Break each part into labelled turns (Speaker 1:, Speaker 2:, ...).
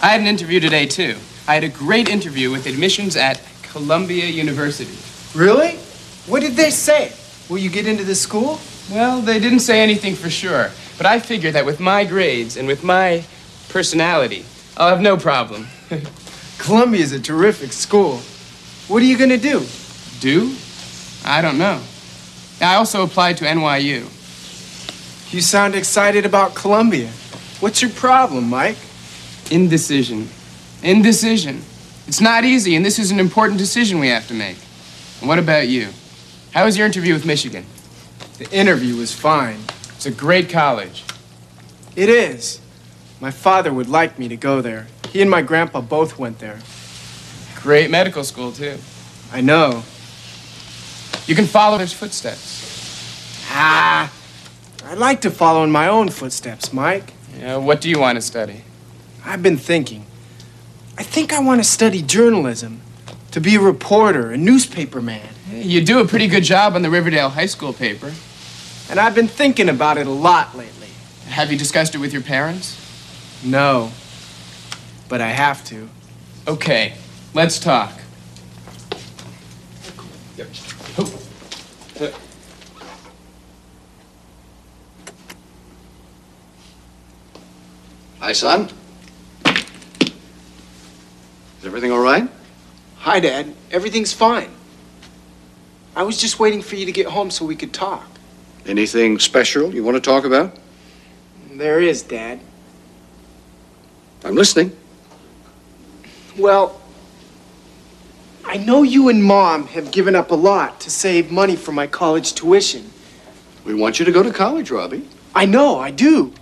Speaker 1: I had an interview today, too. I had a great interview with admissions at Columbia University.
Speaker 2: Really? What did they say? Will you get into this school?
Speaker 1: Well, they didn't say anything for sure, but I figure that with my grades and with my personality, I'll have no problem.
Speaker 2: Columbia is a terrific school. What are you going to do?
Speaker 1: Do? I don't know. I also applied to NYU.
Speaker 2: You sound excited about Columbia. What's your problem, Mike?
Speaker 1: Indecision. Indecision. It's not easy, and this is an important decision we have to make. And what about you? How was your interview with Michigan?
Speaker 2: The interview was fine.
Speaker 1: It's a great college.
Speaker 2: It is. My father would like me to go there. He and my grandpa both went there.
Speaker 1: Great medical school, too.
Speaker 2: I know.
Speaker 1: You can follow his footsteps.
Speaker 2: Ah, I'd like to follow in my own footsteps, Mike.
Speaker 1: You know, what do you want to study?
Speaker 2: I've been thinking. I think I want to study journalism, to be a reporter, a newspaper man.
Speaker 1: You do a pretty good job on the Riverdale High School paper.
Speaker 2: And I've been thinking about it a lot lately.
Speaker 1: Have you discussed it with your parents?
Speaker 2: No, but I have to.
Speaker 1: Okay, let's talk.
Speaker 3: Hi, son. Is everything all right?
Speaker 2: Hi, Dad. Everything's fine. I was just waiting for you to get home so we could talk.
Speaker 3: Anything special you want to talk about?
Speaker 2: There is, Dad.
Speaker 3: I'm listening.
Speaker 2: Well, I know you and Mom have given up a lot to save money for my college tuition.
Speaker 3: We want you to go to college, Robbie.
Speaker 2: I know, I do.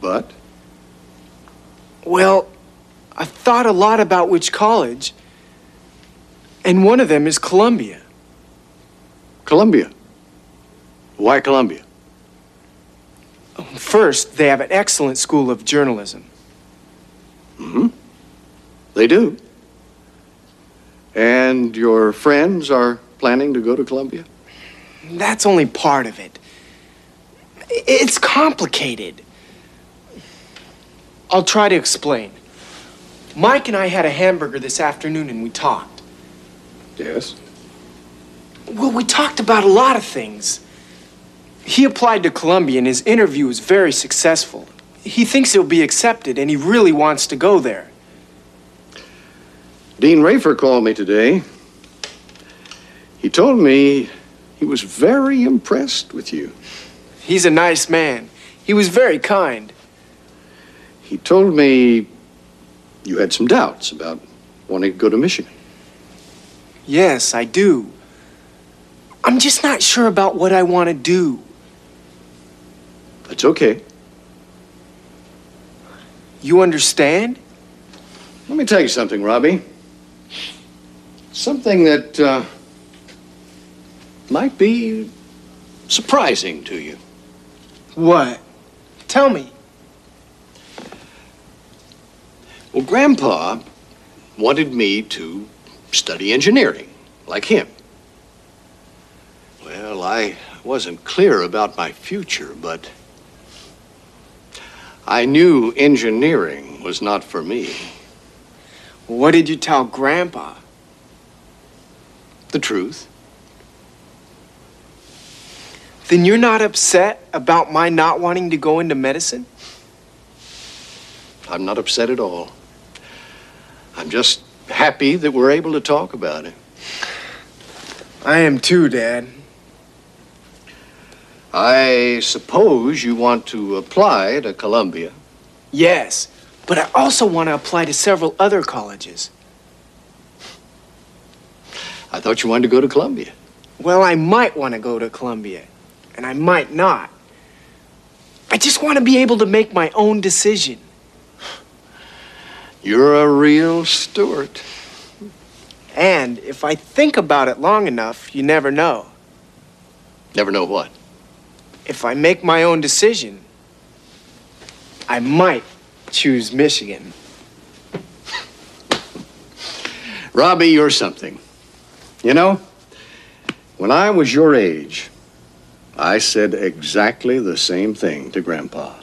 Speaker 3: But
Speaker 2: Well, I've thought a lot about which college, and one of them is Columbia.
Speaker 3: Columbia. Why Columbia?
Speaker 2: First, they have an excellent school of journalism.
Speaker 3: They do. And your friends are planning to go to Columbia?
Speaker 2: That's only part of it. I- It's complicated. I'll try to explain. Mike and I had a hamburger this afternoon and we talked.
Speaker 3: Yes.
Speaker 2: Well, we talked about a lot of things. He applied to Columbia and his interview was very successful. He thinks he'll be accepted and he really wants to go there.
Speaker 3: Dean Rafer called me today. He told me he was very impressed with you.
Speaker 2: He's a nice man. He was very kind.
Speaker 3: He told me you had some doubts about wanting to go to Michigan.
Speaker 2: Yes, I do. I'm just not sure about what I want to do.
Speaker 3: That's okay.
Speaker 2: You understand?
Speaker 3: Let me tell you something, Robbie. Something that uh, might be surprising to you.
Speaker 2: What? Tell me.
Speaker 3: Well, Grandpa wanted me to study engineering, like him. Well, I wasn't clear about my future, but I knew engineering was not for me.
Speaker 2: What did you tell Grandpa?
Speaker 3: The truth.
Speaker 2: Then you're not upset about my not wanting to go into medicine?
Speaker 3: I'm not upset at all. I'm just happy that we're able to talk about it.
Speaker 2: I am too, Dad.
Speaker 3: I suppose you want to apply to Columbia.
Speaker 2: Yes, but I also want to apply to several other colleges.
Speaker 3: I thought you wanted to go to Columbia.
Speaker 2: Well, I might want to go to Columbia, and I might not. I just want to be able to make my own decision.
Speaker 3: You're a real Stuart.
Speaker 2: And if I think about it long enough, you never know.
Speaker 3: Never know what.
Speaker 2: If I make my own decision, I might choose Michigan.
Speaker 3: Robbie, you're something. You know, When I was your age, I said exactly the same thing to Grandpa.